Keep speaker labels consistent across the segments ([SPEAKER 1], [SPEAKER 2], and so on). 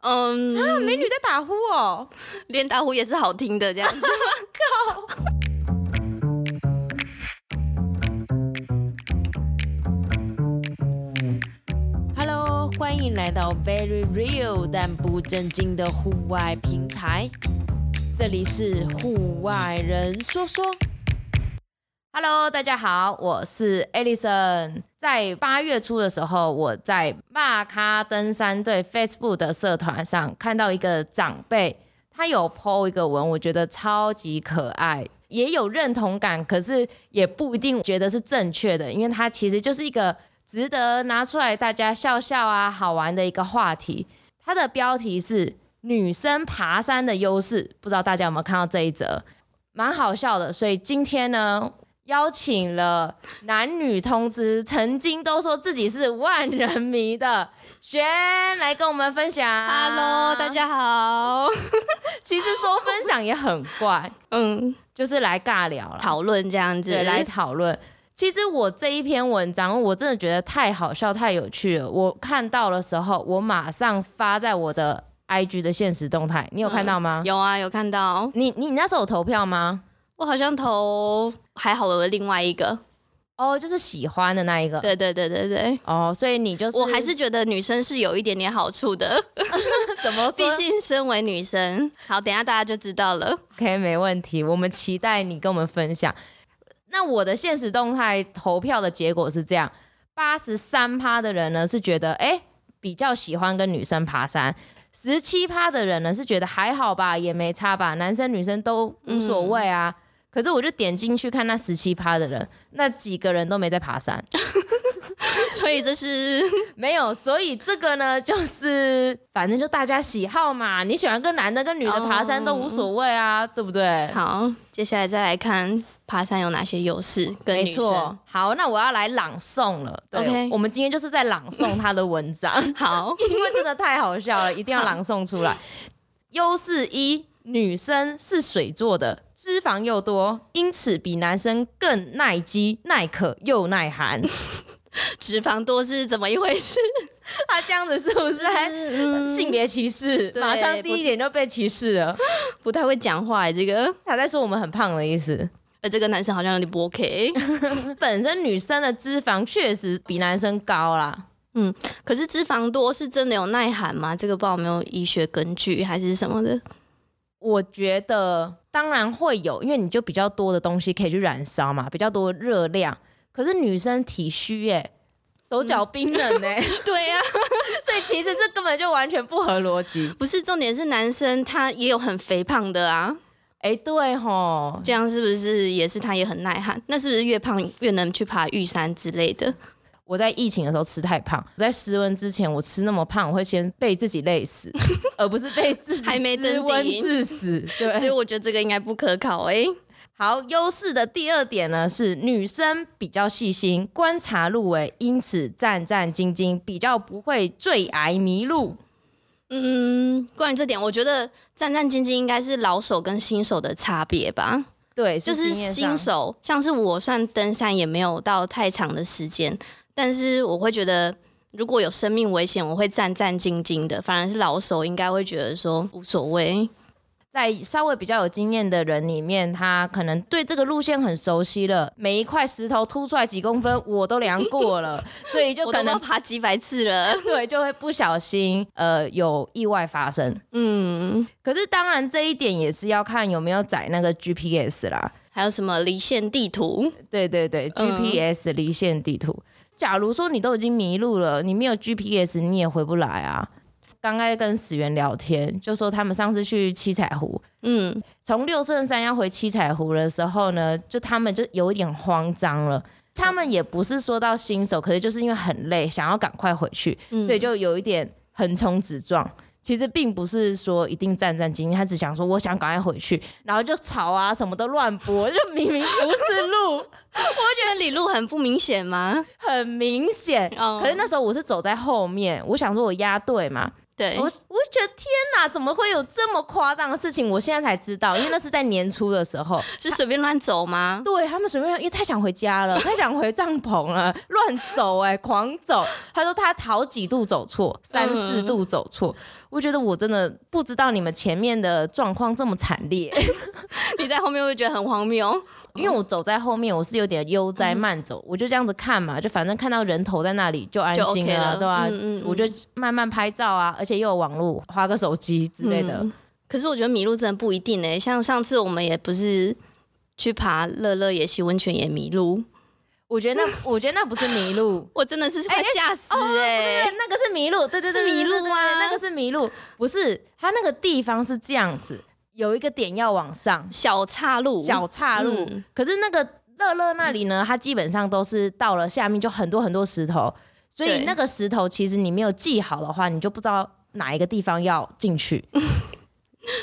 [SPEAKER 1] 嗯，
[SPEAKER 2] 啊，美女在打呼哦，
[SPEAKER 1] 连打呼也是好听的这样子。
[SPEAKER 3] Hello，欢迎来到 Very Real 但不正经的户外平台，这里是户外人说说。Hello，大家好，我是 Alison。在八月初的时候，我在马咖登山队 Facebook 的社团上看到一个长辈，他有 PO 一个文，我觉得超级可爱，也有认同感，可是也不一定觉得是正确的，因为它其实就是一个值得拿出来大家笑笑啊、好玩的一个话题。它的标题是“女生爬山的优势”，不知道大家有没有看到这一则，蛮好笑的。所以今天呢，邀请了男女通知，曾经都说自己是万人迷的 璇来跟我们分享。
[SPEAKER 1] Hello，大家好。
[SPEAKER 3] 其实说分享也很怪，
[SPEAKER 1] 嗯，
[SPEAKER 3] 就是来尬聊了，
[SPEAKER 1] 讨论这样子
[SPEAKER 3] 对，来讨论。其实我这一篇文章，我真的觉得太好笑、太有趣了。我看到的时候，我马上发在我的 IG 的现实动态，你有看到吗？
[SPEAKER 1] 有啊，有看到。
[SPEAKER 3] 你你那时候有投票吗？
[SPEAKER 1] 我好像投还好的另外一个，
[SPEAKER 3] 哦、就是喜欢的那一个。
[SPEAKER 1] 对对对对对，
[SPEAKER 3] 哦，所以你就是
[SPEAKER 1] 我啊 还是觉得女生是有一点点好处 的，
[SPEAKER 3] 怎么说
[SPEAKER 1] 毕竟身为女生。好，等一下大家就知道 了。
[SPEAKER 3] ？OK，没问题。我们期待你跟我们分享。那我的现实动态投票的结果是这样：八十三趴的人呢是觉得哎、诶比较喜欢跟女生爬山，十七趴的人呢是觉得还好吧，也没差吧，男生女生都无所谓啊。可是我就点进去看那十七趴的人，那几个人都没在爬山，
[SPEAKER 1] 所以这是
[SPEAKER 3] 没有，所以这个呢，就是反正就大家喜好嘛，你喜欢跟男的跟女的爬山都无所谓啊，对不对？
[SPEAKER 1] 好，接下来再来看爬山有哪些优势跟
[SPEAKER 3] 没
[SPEAKER 1] 女生。
[SPEAKER 3] 错，好，那我要来朗诵了。对
[SPEAKER 1] OK
[SPEAKER 3] 我们今天就是在朗诵他的文章，
[SPEAKER 1] 好，
[SPEAKER 3] 因为真的太好笑了，一定要朗诵出来。优势一，女生是水做的，脂肪又多，因此比男生更耐饥、耐渴又耐寒。
[SPEAKER 1] 脂肪多是怎么一回事？
[SPEAKER 3] 他这样子是不是嗯还呃性别歧视？
[SPEAKER 1] 对
[SPEAKER 3] 马上第一点就被歧视了。
[SPEAKER 1] 不太会讲话、欸，这个，
[SPEAKER 3] 他在说我们很胖的意思。
[SPEAKER 1] 呃，这个男生好像有点不 OK。
[SPEAKER 3] 本身女生的脂肪确实比男生高啦，
[SPEAKER 1] 可是脂肪多是真的有耐寒吗？这个不知道有没有医学根据还是什么的。
[SPEAKER 3] 我觉得当然会有，因为你就比较多的东西可以去燃烧嘛，比较多的热量。可是女生体虚耶、手脚冰冷
[SPEAKER 1] 嗯
[SPEAKER 3] 哎、
[SPEAKER 1] 对呀、
[SPEAKER 3] 所以其实这根本就完全不合逻辑。
[SPEAKER 1] 不是重点是男生他也有很肥胖的啊，
[SPEAKER 3] 哎、对吼，
[SPEAKER 1] 这样是不是也是他也很耐寒？那是不是越胖越能去爬玉山之类的？
[SPEAKER 3] 我在疫情的时候吃太胖，我在失温之前我吃那么胖，我会先被自己累死， 而不是被自己
[SPEAKER 1] 还没登
[SPEAKER 3] 失温
[SPEAKER 1] 顶
[SPEAKER 3] 致死。对，
[SPEAKER 1] 所以我觉得这个应该不可考哎、
[SPEAKER 3] 好，优势的第二点呢是女生比较细心，观察入微，因此战战兢兢，比较不会坠崖迷路。
[SPEAKER 1] 嗯，关于这点，我觉得战战兢兢应该是老手跟新手的差别吧。
[SPEAKER 3] 对，
[SPEAKER 1] 就是
[SPEAKER 3] 经验
[SPEAKER 1] 新
[SPEAKER 3] 上
[SPEAKER 1] 手，像是我算登山也没有到太长的时间，但是我会觉得如果有生命危险，我会战战兢兢的。反而是老手应该会觉得说无所谓，
[SPEAKER 3] 在稍微比较有经验的人里面，他可能对这个路线很熟悉了，每一块石头凸出来几公分我都量过 了，所以就
[SPEAKER 1] 我
[SPEAKER 3] 可
[SPEAKER 1] 都要
[SPEAKER 3] 能
[SPEAKER 1] 爬几百次了。
[SPEAKER 3] 对就会不小心呃有意外发生。
[SPEAKER 1] 嗯，
[SPEAKER 3] 可是当然这一点也是要看有没有载那个 GPS 啦。
[SPEAKER 1] 还有什么离线地图？
[SPEAKER 3] 对对对
[SPEAKER 1] 嗯
[SPEAKER 3] ，GPS 离线地图。假如说你都已经迷路了，你没有 GPS 你也回不来啊。刚刚跟史源聊天，就说他们上次去七彩湖，
[SPEAKER 1] 嗯，
[SPEAKER 3] 从六顺山要回七彩湖的时候呢，就他们就有一点慌张了。他们也不是说到新手，可是就是因为很累，想要赶快回去，
[SPEAKER 1] 嗯
[SPEAKER 3] 所以就有一点横冲直撞。其实并不是说一定战战兢兢，他只想说我想赶快回去，然后就吵啊，什么都乱拨，就明明不是路，
[SPEAKER 1] 那里路很不明显吗？
[SPEAKER 3] 很明显。
[SPEAKER 1] 哦
[SPEAKER 3] 可是那时候我是走在后面，我想说我压队嘛，
[SPEAKER 1] 对
[SPEAKER 3] 我我，就觉得天哪，怎么会有这么夸张的事情？我现在才知道，因为那是在年初的时候。
[SPEAKER 1] 是随便乱走吗？
[SPEAKER 3] 对他们随便，因为太想回家 了，太想回帐篷了，乱走哎、狂走。他说他好几度走错，三四度走错。我觉得我真的不知道你们前面的状况这么惨烈，
[SPEAKER 1] 你在后面会觉得很荒谬。
[SPEAKER 3] 因为我走在后面，我是有点悠
[SPEAKER 1] 嗯
[SPEAKER 3] 哉慢走，我就这样子看嘛，就反正看到人头在那里就安
[SPEAKER 1] 就
[SPEAKER 3] 心
[SPEAKER 1] OK 了
[SPEAKER 3] 对吧、
[SPEAKER 1] 嗯嗯嗯
[SPEAKER 3] 我就慢慢拍照啊，而且又有网络，划个手机 之类的。
[SPEAKER 1] 嗯可是我觉得迷路真的不一定诶、像上次我们也不是去爬乐乐野溪温泉也迷路，
[SPEAKER 3] 我觉得那我觉得那不是迷 路，哎哦
[SPEAKER 1] 我真的是快哎吓死哎
[SPEAKER 3] 对
[SPEAKER 1] 诶、，
[SPEAKER 3] 那个是迷路，对对对，
[SPEAKER 1] 是迷路啊
[SPEAKER 3] 对对对那个是迷路，不是它那个地方是这样子，有一个点要往上，
[SPEAKER 1] 小岔路，
[SPEAKER 3] 小岔路，
[SPEAKER 1] 嗯
[SPEAKER 3] 可是那个乐乐那里呢，它基本上都是到了下面就很多很多石头，所以
[SPEAKER 1] 对
[SPEAKER 3] 那个石头其实你没有记好的话，你就不知道哪一个地方要进 去，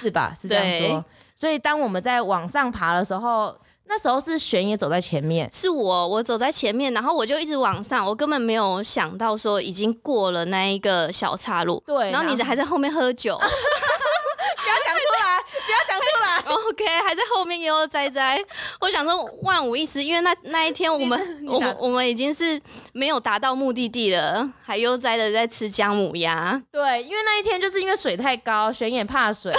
[SPEAKER 3] 是吧？是这样说
[SPEAKER 1] 对。
[SPEAKER 3] 所以当我们在往上爬的时候，那时候是璇也走在前面，
[SPEAKER 1] 是我，我走在前面，然后我就一直往上，我根本没有想到说已经过了那一个小岔路。
[SPEAKER 3] 对
[SPEAKER 1] 然后你 还在后面喝酒
[SPEAKER 3] 不要讲出来，不要讲出来。
[SPEAKER 1] ，OK，还在后面悠悠哉哉。我想说万无一失，因为那那一天我们
[SPEAKER 3] 你
[SPEAKER 1] 我们
[SPEAKER 3] 哪
[SPEAKER 1] 我们已经是没有达到目的地了，还悠哉的在吃姜母鸭。
[SPEAKER 3] 对，因为那一天就是因为水太高，玄也怕 水，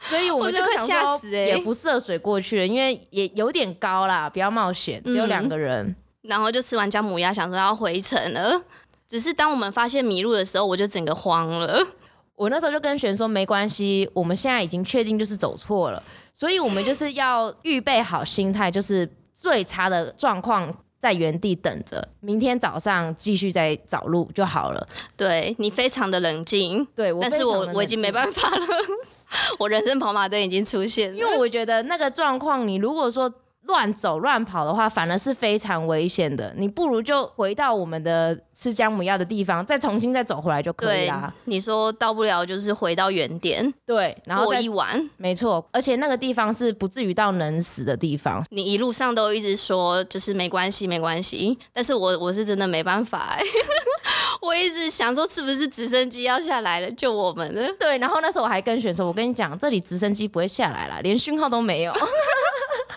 [SPEAKER 3] 所以我们
[SPEAKER 1] 我
[SPEAKER 3] 就
[SPEAKER 1] 真的快
[SPEAKER 3] 想
[SPEAKER 1] 吓
[SPEAKER 3] 说
[SPEAKER 1] 死欸
[SPEAKER 3] 也不涉水过去了，因为也有点高啦，不要冒险，只有两个人。
[SPEAKER 1] 然后就吃完姜母鸭，想说要回程了。只是当我们发现迷路的时候，我就整个慌了。
[SPEAKER 3] 我那时候就跟璇说，没关系，我们现在已经确定就是走错了，所以我们就是要预备好心态，就是最差的状况在原地等着，明天早上继续再找路就好了。
[SPEAKER 1] 对你非常的冷静，
[SPEAKER 3] 对，我
[SPEAKER 1] 但是我我已经没
[SPEAKER 3] 法。
[SPEAKER 1] 办法了，我人生跑马灯已经出现
[SPEAKER 3] 因
[SPEAKER 1] 了。
[SPEAKER 3] 为我觉得那个状况，你如果说乱走乱跑的话，反而是非常危险的。你不如就回到我们的吃姜母鸭的地方，再重新再走回来就可以
[SPEAKER 1] 对
[SPEAKER 3] 啦。，
[SPEAKER 1] 你说到不了就是回到原点，
[SPEAKER 3] 对，然后
[SPEAKER 1] 过
[SPEAKER 3] 再
[SPEAKER 1] 一晚。
[SPEAKER 3] 没错，而且那个地方是不至于到能死的地方。
[SPEAKER 1] 你一路上都一直说就是没关系，没关系，但是我我是真的没办法、欸， 我一直想说是不是直升机要下来了，救我们了。
[SPEAKER 3] 对，然后那时候我还跟璇说：“我跟你讲，这里直升机不会下来啦，连讯号都没有。”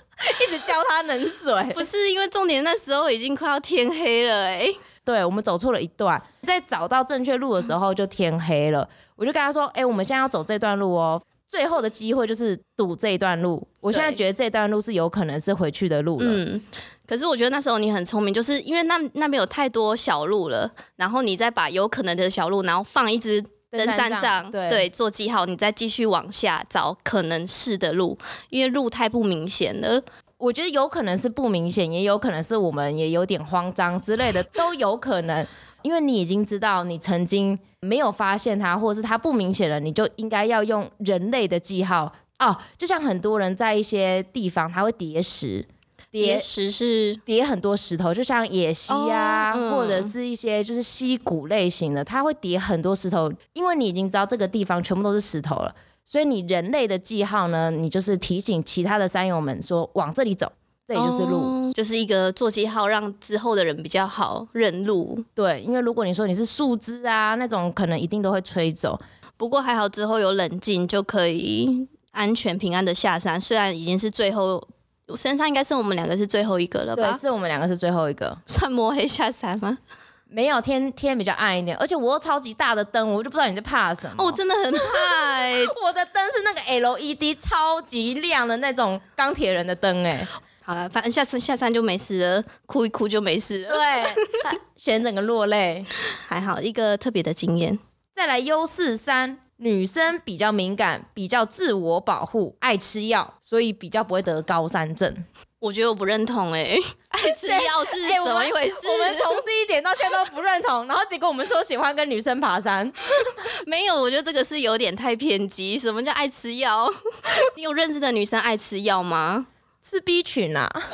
[SPEAKER 3] 一直浇他冷水。
[SPEAKER 1] 不是因为重点那时候已经快要天黑了、欸，
[SPEAKER 3] 对，我们走错了一段，在找到正确路的时候就天黑了。我就跟他说：“哎、我们现在要走这段路哦，最后的机会就是堵这一段路。我现在
[SPEAKER 1] 对
[SPEAKER 3] 觉得这段路是有可能是回去的路了。
[SPEAKER 1] 嗯，可是我觉得那时候你很聪明，就是因为那那边有太多小路了，然后你再把有可能的小路，然后放一只登山
[SPEAKER 3] 登山
[SPEAKER 1] 杖，
[SPEAKER 3] 杖对
[SPEAKER 1] 做记号，你再继续往下找可能是的路，因为路太不明显了。
[SPEAKER 3] 我觉得有可能是不明显，也有可能是我们也有点慌张之类的，都有可能。因为你已经知道你曾经没有发现它，或者是它不明显了，你就应该要用人类的记号哦。就像很多人在一些地方，他会叠石，
[SPEAKER 1] 也许是
[SPEAKER 3] 叠很多石头，就像野溪啊，
[SPEAKER 1] 哦嗯
[SPEAKER 3] 或者是一些就是溪谷类型的，它会叠很多石头，因为你已经知道这个地方全部都是石头了，所以你人类的记号呢，你就是提醒其他的山友们说往这里走，这里就是路。
[SPEAKER 1] 哦就是一个做记号，让之后的人比较好认路。
[SPEAKER 3] 对，因为如果你说你是树枝啊那种，可能一定都会吹走。
[SPEAKER 1] 不过还好之后有冷静，就可以安全平安的下山，虽然已经是最后。身上应该是我们两个是最后一个了
[SPEAKER 3] 对，
[SPEAKER 1] 吧？
[SPEAKER 3] 是我们两个是最后一个，
[SPEAKER 1] 算摸黑下山吗？
[SPEAKER 3] 没有天天比较暗一点，而且我又超级大的灯，我就不知道你在怕什么。
[SPEAKER 1] 哦，我真的很怕哎、
[SPEAKER 3] 我的灯是那个 LED 超级亮的那种钢铁人的灯哎、
[SPEAKER 1] 好了，反正下次下山就没事了，哭一哭就没 事了，
[SPEAKER 3] 对，选整个落泪。
[SPEAKER 1] 还好一个特别的经验。
[SPEAKER 3] 再来优势三，女生比较敏感，比较自我保护，爱吃药，所以比较不会得高山 症。
[SPEAKER 1] 我觉得我不认同哎、爱吃药是
[SPEAKER 3] 哎我
[SPEAKER 1] 怎
[SPEAKER 3] 们
[SPEAKER 1] 么一回事？
[SPEAKER 3] 我们从第一点到现在都不认同，然后结果我们说喜欢跟女生爬山，
[SPEAKER 1] 没有，我觉得这个是有点太偏激。什么叫爱吃药？ 你有认识的女生爱吃药吗？
[SPEAKER 3] 吃 B 群啊。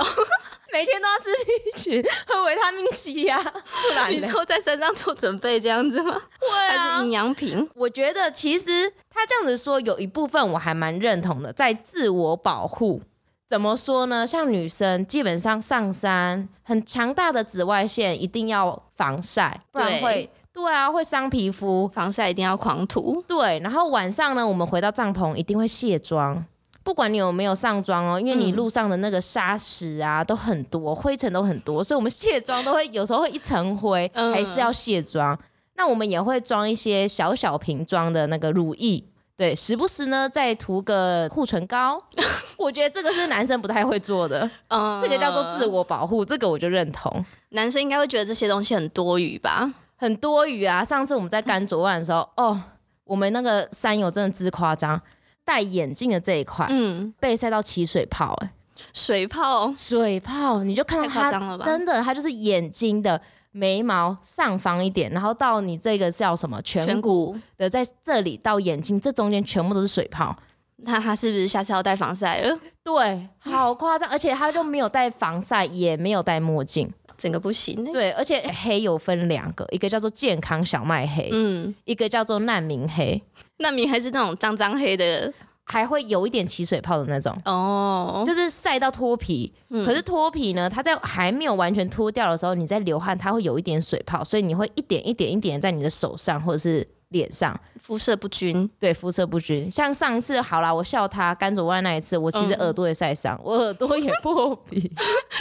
[SPEAKER 3] 每天都要吃 B 群，喝维他命 C 啊呀、不 然
[SPEAKER 1] 你
[SPEAKER 3] 呢？
[SPEAKER 1] 说在山上做准备这样子吗？
[SPEAKER 3] 对啊
[SPEAKER 1] 还是营养品？
[SPEAKER 3] 我觉得其实他这样子说，有一部分我还蛮认同的，在自我保护。怎么说呢？像女生基本上上山，很强大的紫外线一定要防晒，不然
[SPEAKER 1] 对
[SPEAKER 3] 会对啊，会伤皮肤。
[SPEAKER 1] 防晒一定要狂涂，
[SPEAKER 3] 对，然后晚上呢，我们回到帐篷一定会卸妆，不管你有没有上妆哦，因为你
[SPEAKER 1] 嗯
[SPEAKER 3] 路上的那个沙石啊都很多，灰尘都很多，所以我们卸妆都会有时候会一层灰，
[SPEAKER 1] 嗯
[SPEAKER 3] 还是要卸妆。那我们也会装一些小小瓶装的那个乳液。对，时不时呢再涂个护唇膏， 我觉得这个是男生不太会做的，
[SPEAKER 1] 嗯，
[SPEAKER 3] 这个叫做自。我保护，这个我就认同。
[SPEAKER 1] 男生应该会觉得这些东西很多余吧？
[SPEAKER 3] 很多余啊。上次我们在甘卓万的时候，哦，我们那个山友真的之夸张，戴眼镜的这一块、
[SPEAKER 1] 嗯，
[SPEAKER 3] 被晒到起水泡、哎，
[SPEAKER 1] 水泡，
[SPEAKER 3] 水泡你就看到
[SPEAKER 1] 太夸张
[SPEAKER 3] 它
[SPEAKER 1] 了吧
[SPEAKER 3] 真的，它就是眼睛的眉毛上方一点，然后到你这个叫什么颧
[SPEAKER 1] 颧
[SPEAKER 3] 骨
[SPEAKER 1] 骨，
[SPEAKER 3] 的，在这里到眼睛这中间全部都是水泡。
[SPEAKER 1] 那他是不是下次要戴防晒了？
[SPEAKER 3] 对，好夸张，而且他就没有戴防晒，也没有戴墨镜。
[SPEAKER 1] 整个不行、欸。
[SPEAKER 3] 对，而且黑有分两个，一个叫做健康小麦黑，
[SPEAKER 1] 嗯，
[SPEAKER 3] 一个叫做难民黑。
[SPEAKER 1] 那你还是那种脏脏黑的
[SPEAKER 3] 还会有一点起水泡的那种，
[SPEAKER 1] 哦。
[SPEAKER 3] 就是晒到脱皮。
[SPEAKER 1] 嗯
[SPEAKER 3] 可是脱皮呢，它在还没有完全脱掉的时候，你在流汗，它会有一点水泡，所以你会一点一点一点在你的手上或者是脸上，
[SPEAKER 1] 肤色不均，
[SPEAKER 3] 对肤色不均。像上次好啦，我笑他甘左腕那一次，我其实
[SPEAKER 1] 嗯
[SPEAKER 3] 耳朵也晒伤，我耳朵也破皮，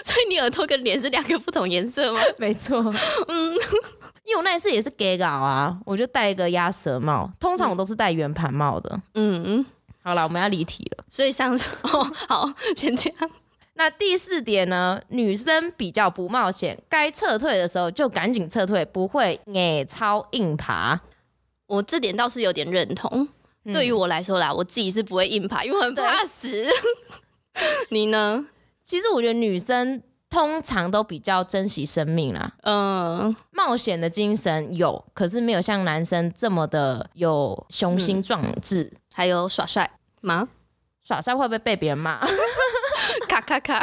[SPEAKER 1] 所以你耳朵跟脸是两个不同颜色吗？
[SPEAKER 3] 没错，嗯。 因为我那一次也是 gay 搞啊，我就戴一个鸭舌帽，通常我都是戴圆盘帽的。
[SPEAKER 1] 嗯，
[SPEAKER 3] 好啦，我们要离题了。
[SPEAKER 1] 所以上次哦， 好，先这样。
[SPEAKER 3] 那第四点呢，女生比较不冒险，该撤退的时候就赶紧撤退，不会野超硬爬。
[SPEAKER 1] 我这点倒是有点认同。
[SPEAKER 3] 嗯
[SPEAKER 1] 对于我来说啦，我自己是不会硬爬，因为我很怕死。 你呢？
[SPEAKER 3] 其实我觉得女生通常都比较珍惜生命啦，
[SPEAKER 1] 嗯，
[SPEAKER 3] 冒险的精神有，可是没有像男生这么的有雄
[SPEAKER 1] 嗯
[SPEAKER 3] 心壮志。
[SPEAKER 1] 还有耍帅 吗？
[SPEAKER 3] 耍帅会不会被别人骂？
[SPEAKER 1] 咔咔咔，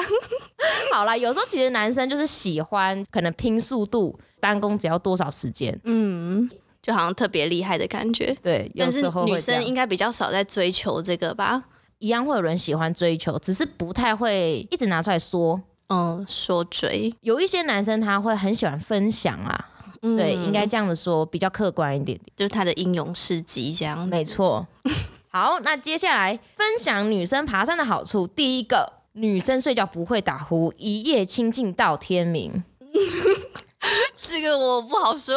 [SPEAKER 3] 好啦，有时候其实男生就是喜欢可能拼速度，单攻只要多少时间。
[SPEAKER 1] 嗯，就好像特别厉害的感觉。
[SPEAKER 3] 对，有
[SPEAKER 1] 但是
[SPEAKER 3] 时候
[SPEAKER 1] 女
[SPEAKER 3] 会这样
[SPEAKER 1] 生应该比较少在追求这个吧？
[SPEAKER 3] 一样会有人喜欢追求，只是不太会一直拿出来说。
[SPEAKER 1] 嗯，说追，
[SPEAKER 3] 有一些男生他会很喜欢分享啦，
[SPEAKER 1] 嗯
[SPEAKER 3] 对，应该这样子说，比较客观一点点。
[SPEAKER 1] 就是她的英勇事迹这样子。
[SPEAKER 3] 没错。 好，那接下来分享女生爬山的好处。第一个，女生睡觉不会打呼，一夜清静到天 明。
[SPEAKER 1] 这个我不好 说，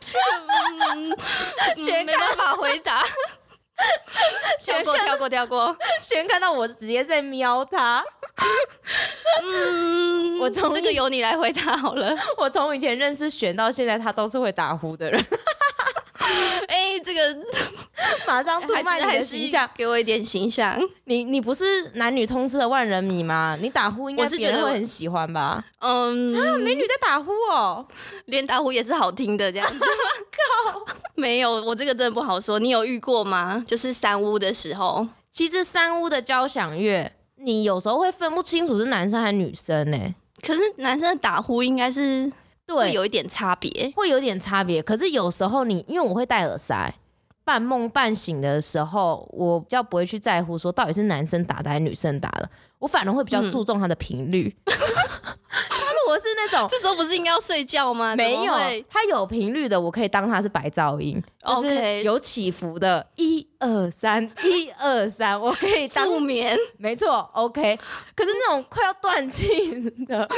[SPEAKER 1] 这个、嗯、嗯没办法回 答，跳过跳过跳过。
[SPEAKER 3] 轩看到我直接在瞄他，
[SPEAKER 1] 嗯，
[SPEAKER 3] 我同意
[SPEAKER 1] 这个由你来回答好了。
[SPEAKER 3] 我从以前认识璇到现在，他都是会打呼的人，
[SPEAKER 1] 哎、这个
[SPEAKER 3] 马上出
[SPEAKER 1] 还
[SPEAKER 3] 卖
[SPEAKER 1] 是
[SPEAKER 3] 你
[SPEAKER 1] 还
[SPEAKER 3] 的
[SPEAKER 1] 是
[SPEAKER 3] 形象。
[SPEAKER 1] 给我一点形象。
[SPEAKER 3] 你你不是男女通吃的万人迷吗？你打呼应该
[SPEAKER 1] 我是
[SPEAKER 3] 别人
[SPEAKER 1] 觉得
[SPEAKER 3] 会
[SPEAKER 1] 我
[SPEAKER 3] 很喜欢吧？
[SPEAKER 1] 嗯，
[SPEAKER 2] 美女在打呼哦，
[SPEAKER 1] 连打呼也是好听的这 样子。没有，我这个真的不好说。你有遇过吗？就是三屋的时候，
[SPEAKER 3] 其实山屋的交响乐，你有时候会分不清楚是男生还是女生呢、
[SPEAKER 1] 可是男生的打呼应该是会
[SPEAKER 3] 对，
[SPEAKER 1] 有一点差别。
[SPEAKER 3] 会有点差别。可是有时候你，因为我会戴耳塞，半梦半醒的时候，我比较不会去在乎说到底是男生打的还是女生打的，我反而会比较注重它的频 率。他如果是那种。
[SPEAKER 1] 这时候不是应该要睡觉吗？怎
[SPEAKER 3] 没
[SPEAKER 1] 么
[SPEAKER 3] 有
[SPEAKER 1] 会，
[SPEAKER 3] 它有频率的，我可以当它是白噪音，就是
[SPEAKER 1] OK
[SPEAKER 3] 有起伏的，一二三，一二三，我可以当
[SPEAKER 1] 助眠。
[SPEAKER 3] 没错，OK。可是那种快要断气的，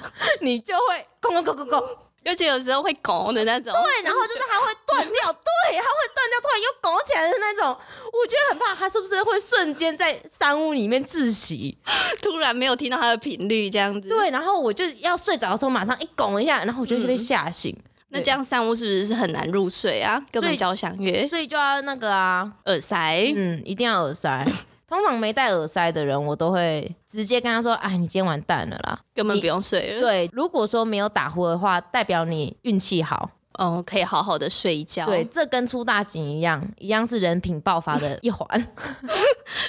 [SPEAKER 3] 你就会go go go go go，
[SPEAKER 1] 而且有时候会拱的那种。
[SPEAKER 3] 对，然后就是它会断掉，对，它会断掉，突然又拱起来的那种，我觉得很怕，它是不是会瞬间在山屋里面窒息？
[SPEAKER 1] 突然没有听到它的频率这样子。，
[SPEAKER 3] 对，然后我就要睡着的时候，马上一拱一下，然后我就被吓醒，
[SPEAKER 1] 嗯那这样三屋是不是很难入睡啊？根
[SPEAKER 3] 所以
[SPEAKER 1] 本交响乐、
[SPEAKER 3] 所以就要那个啊，
[SPEAKER 1] 耳塞，
[SPEAKER 3] 嗯，一定要耳塞。通常没戴耳塞的人，我都会直接跟他说：“哎，你今天完蛋了啦。
[SPEAKER 1] 根本不用睡”了。
[SPEAKER 3] 对，如果说没有打呼的话，代表你运气好。
[SPEAKER 1] 哦，可以好好的睡一觉。
[SPEAKER 3] 对，，这跟出大景一样，一样是人品爆发的一环，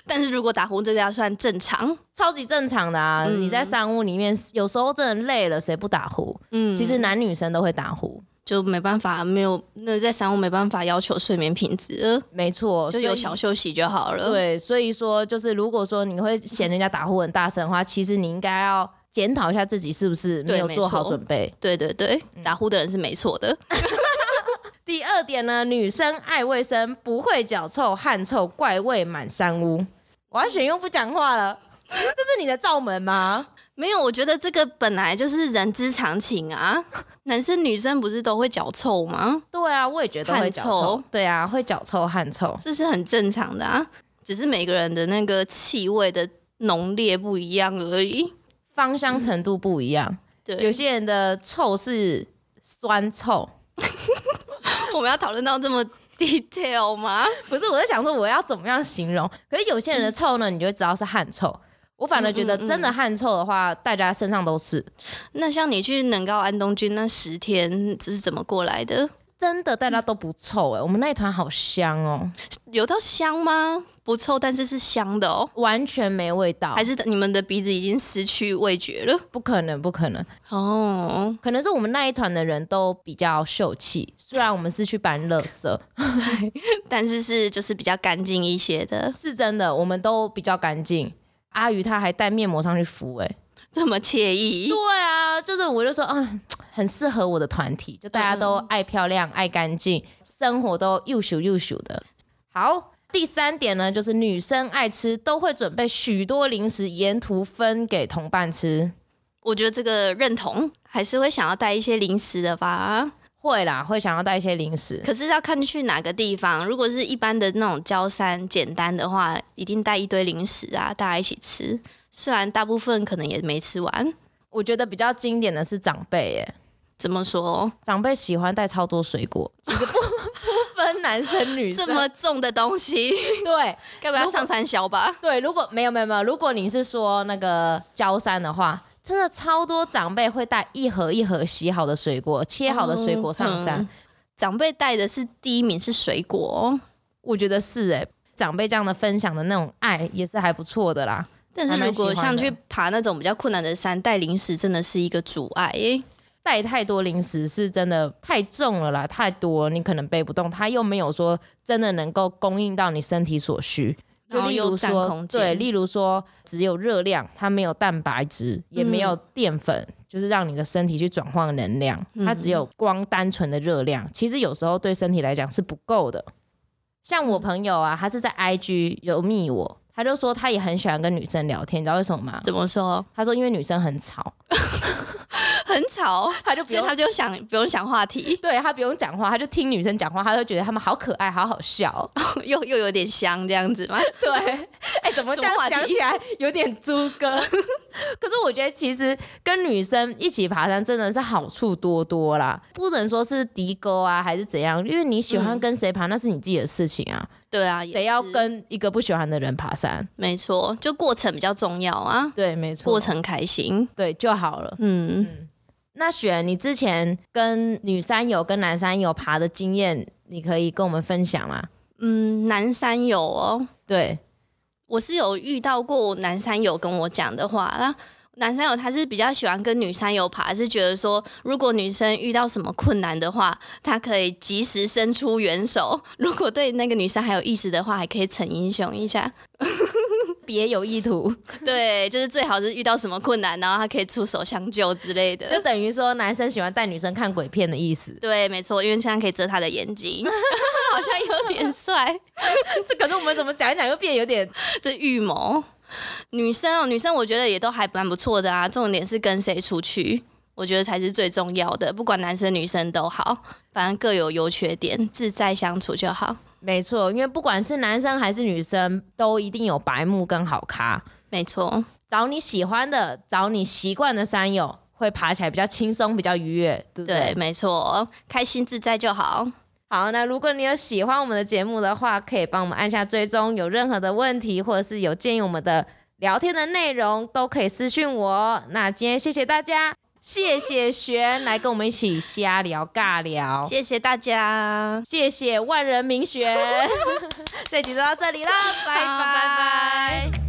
[SPEAKER 1] 但是如果打呼这个要算正常，
[SPEAKER 3] 超级正常的啊。你在山屋里面，有时候真的累了，谁不打呼？
[SPEAKER 1] 嗯，
[SPEAKER 3] 其实男女生都会打呼，
[SPEAKER 1] 就没办法，没有那在三屋没办法要求睡眠品质了，
[SPEAKER 3] 没错，
[SPEAKER 1] 就有
[SPEAKER 3] 哦所以
[SPEAKER 1] 小休息就好了。，
[SPEAKER 3] 对，所以说就是如果说你会嫌人家打呼很大声的话，其实你应该要检讨一下自己是不是没有
[SPEAKER 1] 对
[SPEAKER 3] 做好
[SPEAKER 1] 没错
[SPEAKER 3] 准备。
[SPEAKER 1] 对对对，
[SPEAKER 3] 嗯
[SPEAKER 1] 打呼的人是没错的。
[SPEAKER 3] 第二点呢，女生爱卫生，不会脚臭、汗臭、怪味满山屋。我要选用不讲话了， 这是你的罩门吗？
[SPEAKER 1] 没有，我觉得这个本来就是人之常情啊，男生女生不是都会脚臭吗？
[SPEAKER 3] 对啊，我也觉得会脚
[SPEAKER 1] 汗
[SPEAKER 3] 臭
[SPEAKER 1] 臭。
[SPEAKER 3] 对啊，会脚臭、汗臭。
[SPEAKER 1] 这是很正常的啊，只是每个人的那个气味的浓烈不一样而已。
[SPEAKER 3] 芳香程度不一样。有
[SPEAKER 1] 对，
[SPEAKER 3] 些人的臭是酸臭，
[SPEAKER 1] 我们要讨论到这么 detail 吗？
[SPEAKER 3] 不是我在想说我要怎么样形容。可是有些人的臭呢，你就会知道是汗臭。我反而觉得
[SPEAKER 1] 嗯嗯嗯
[SPEAKER 3] 真的汗臭的话，大家身上都是。
[SPEAKER 1] 那像你去能高安东军那十天，这是怎么过来的？
[SPEAKER 3] 真的，大家都不臭哎、我们那一团好香哦、
[SPEAKER 1] 有到香吗？不臭，但是是香的哦。
[SPEAKER 3] 完全没味道
[SPEAKER 1] 还，是你们的鼻子已经失去味觉了？
[SPEAKER 3] 不可能，不可能，
[SPEAKER 1] 哦，
[SPEAKER 3] 可能是我们那一团的人都比较秀气。虽然我们是去搬垃圾，
[SPEAKER 1] 但是是就是比较干净一些的，
[SPEAKER 3] 是真的，我们都比较干净。阿鱼她还带面膜上去敷哎、
[SPEAKER 1] 这么惬意。
[SPEAKER 3] 对啊，就是我就说啊，很适合我的团体，就大家都爱漂亮、爱干净，生活都又咻又咻的。好，第三点呢，就是女生爱吃，都会准备许多零食，沿途分给同伴吃。
[SPEAKER 1] 我觉得这个认同，还是会想要带一些零食的吧。
[SPEAKER 3] 会啦，会想要带一些零食。
[SPEAKER 1] 可是要看去哪个地方，如果是一般的那种郊山简单的话，一定带一堆零食啊，大家一起吃。虽然大部分可能也没吃完，
[SPEAKER 3] 我觉得比较经典的是长辈，耶，
[SPEAKER 1] 怎么说？
[SPEAKER 3] 长辈喜欢带超多水果，这个不 不分男生女生。
[SPEAKER 1] 这么重的东西，
[SPEAKER 3] 对
[SPEAKER 1] 该不要上山削吧？
[SPEAKER 3] 对，如果没有没有没有，如果你是说那个焦山的话，真的超多长辈会带一盒一盒洗好的水果、切好的水果上山，
[SPEAKER 1] 嗯长辈带的是第一名是水果哦、
[SPEAKER 3] 我觉得是哎、长辈这样的分享的那种爱也是还不错的啦。
[SPEAKER 1] 但是
[SPEAKER 3] 还蛮
[SPEAKER 1] 如果
[SPEAKER 3] 喜欢
[SPEAKER 1] 像
[SPEAKER 3] 的
[SPEAKER 1] 去爬那种比较困难的山，带零食真的是一个阻碍耶、
[SPEAKER 3] 带太多零食是真的太重了啦，太多你可能背不动，他又没有说真的能够供应到你身体所需。就
[SPEAKER 1] 然后
[SPEAKER 3] 例
[SPEAKER 1] 又
[SPEAKER 3] 如
[SPEAKER 1] 占
[SPEAKER 3] 说，
[SPEAKER 1] 空
[SPEAKER 3] 对，
[SPEAKER 1] 间
[SPEAKER 3] 例如说只有热量，它没有蛋白质，
[SPEAKER 1] 嗯
[SPEAKER 3] 也没有淀粉，就是让你的身体去转换能量，
[SPEAKER 1] 嗯
[SPEAKER 3] 它只有光单纯的热量，其实有时候对身体来讲是不够的。像我朋友啊，他是在 IG 有密我，他就说他也很喜欢跟女生聊天，你知道为什么吗？
[SPEAKER 1] 怎么说？
[SPEAKER 3] 他说因为女生很吵，
[SPEAKER 1] 很吵，
[SPEAKER 3] 他就不
[SPEAKER 1] 所以
[SPEAKER 3] 用
[SPEAKER 1] 他就想不用想话题，
[SPEAKER 3] 对他不用讲话，他就听女生讲话，他就觉得他们好可爱，好好笑 哦。
[SPEAKER 1] 又又有点香这样子 嘛。
[SPEAKER 3] 对，哎、怎么这样
[SPEAKER 1] 什么话题
[SPEAKER 3] 讲起来有点猪 哥？可是我觉得其实跟女生一起爬山真的是好处多多啦，不能说是敌沟啊还是怎样，因为你喜欢跟谁爬、那是你自己的事情啊，
[SPEAKER 1] 对啊，嗯也
[SPEAKER 3] 谁要
[SPEAKER 1] 是？
[SPEAKER 3] 跟一个不喜欢的人爬山？
[SPEAKER 1] 没错，就过程比较重要啊，
[SPEAKER 3] 对，没错，
[SPEAKER 1] 过程开心。
[SPEAKER 3] 对就好了。
[SPEAKER 1] 嗯，
[SPEAKER 3] 那雪，你之前跟女山友跟男山友爬的经验，你可以跟我们分享吗？
[SPEAKER 1] 嗯，南山有哦，
[SPEAKER 3] 对，
[SPEAKER 1] 我是有遇到过南山友跟我讲的话啦。南山友他是比较喜欢跟女山友爬，是觉得说，如果女生遇到什么困难的话，他可以及时伸出援手；如果对那个女生还有意思的话，还可以逞英雄一下。
[SPEAKER 3] 别有意图。
[SPEAKER 1] 对，就是最好是遇到什么困难，然后他可以出手相救之类的。。
[SPEAKER 3] 就 等于说男生喜欢带女生看鬼片的意思
[SPEAKER 1] 对，没错，因为现在可以遮他的眼睛，好像有点帅。
[SPEAKER 3] 这可是我们怎么讲一讲又变有点
[SPEAKER 1] 这预谋，女生哦，女生我觉得也都还蛮不错的啊。重点是跟谁出去，我觉得才是最重要的。不管男生女生都好，反正各有优缺点，自在相处就好。
[SPEAKER 3] 没错，因为不管是男生还是女生，都一定有白目跟好咖。
[SPEAKER 1] 没错，
[SPEAKER 3] 找你喜欢的，找你习惯的山友，会爬起来比较轻松，比较愉悦，对不对？
[SPEAKER 1] 对，没错，开心自在就好。
[SPEAKER 3] 好，那如果你有喜欢我们的节目的话，可以帮我们按下追踪。有任何的问题或者是有建议我们的聊天的内容，都可以私讯我哦。那今天谢谢大家，谢谢璇来跟我们一起瞎聊尬聊。
[SPEAKER 1] 谢谢大家，
[SPEAKER 3] 谢 谢万人民选，这集就到这里啦，拜
[SPEAKER 1] 好拜
[SPEAKER 3] 拜
[SPEAKER 1] 拜。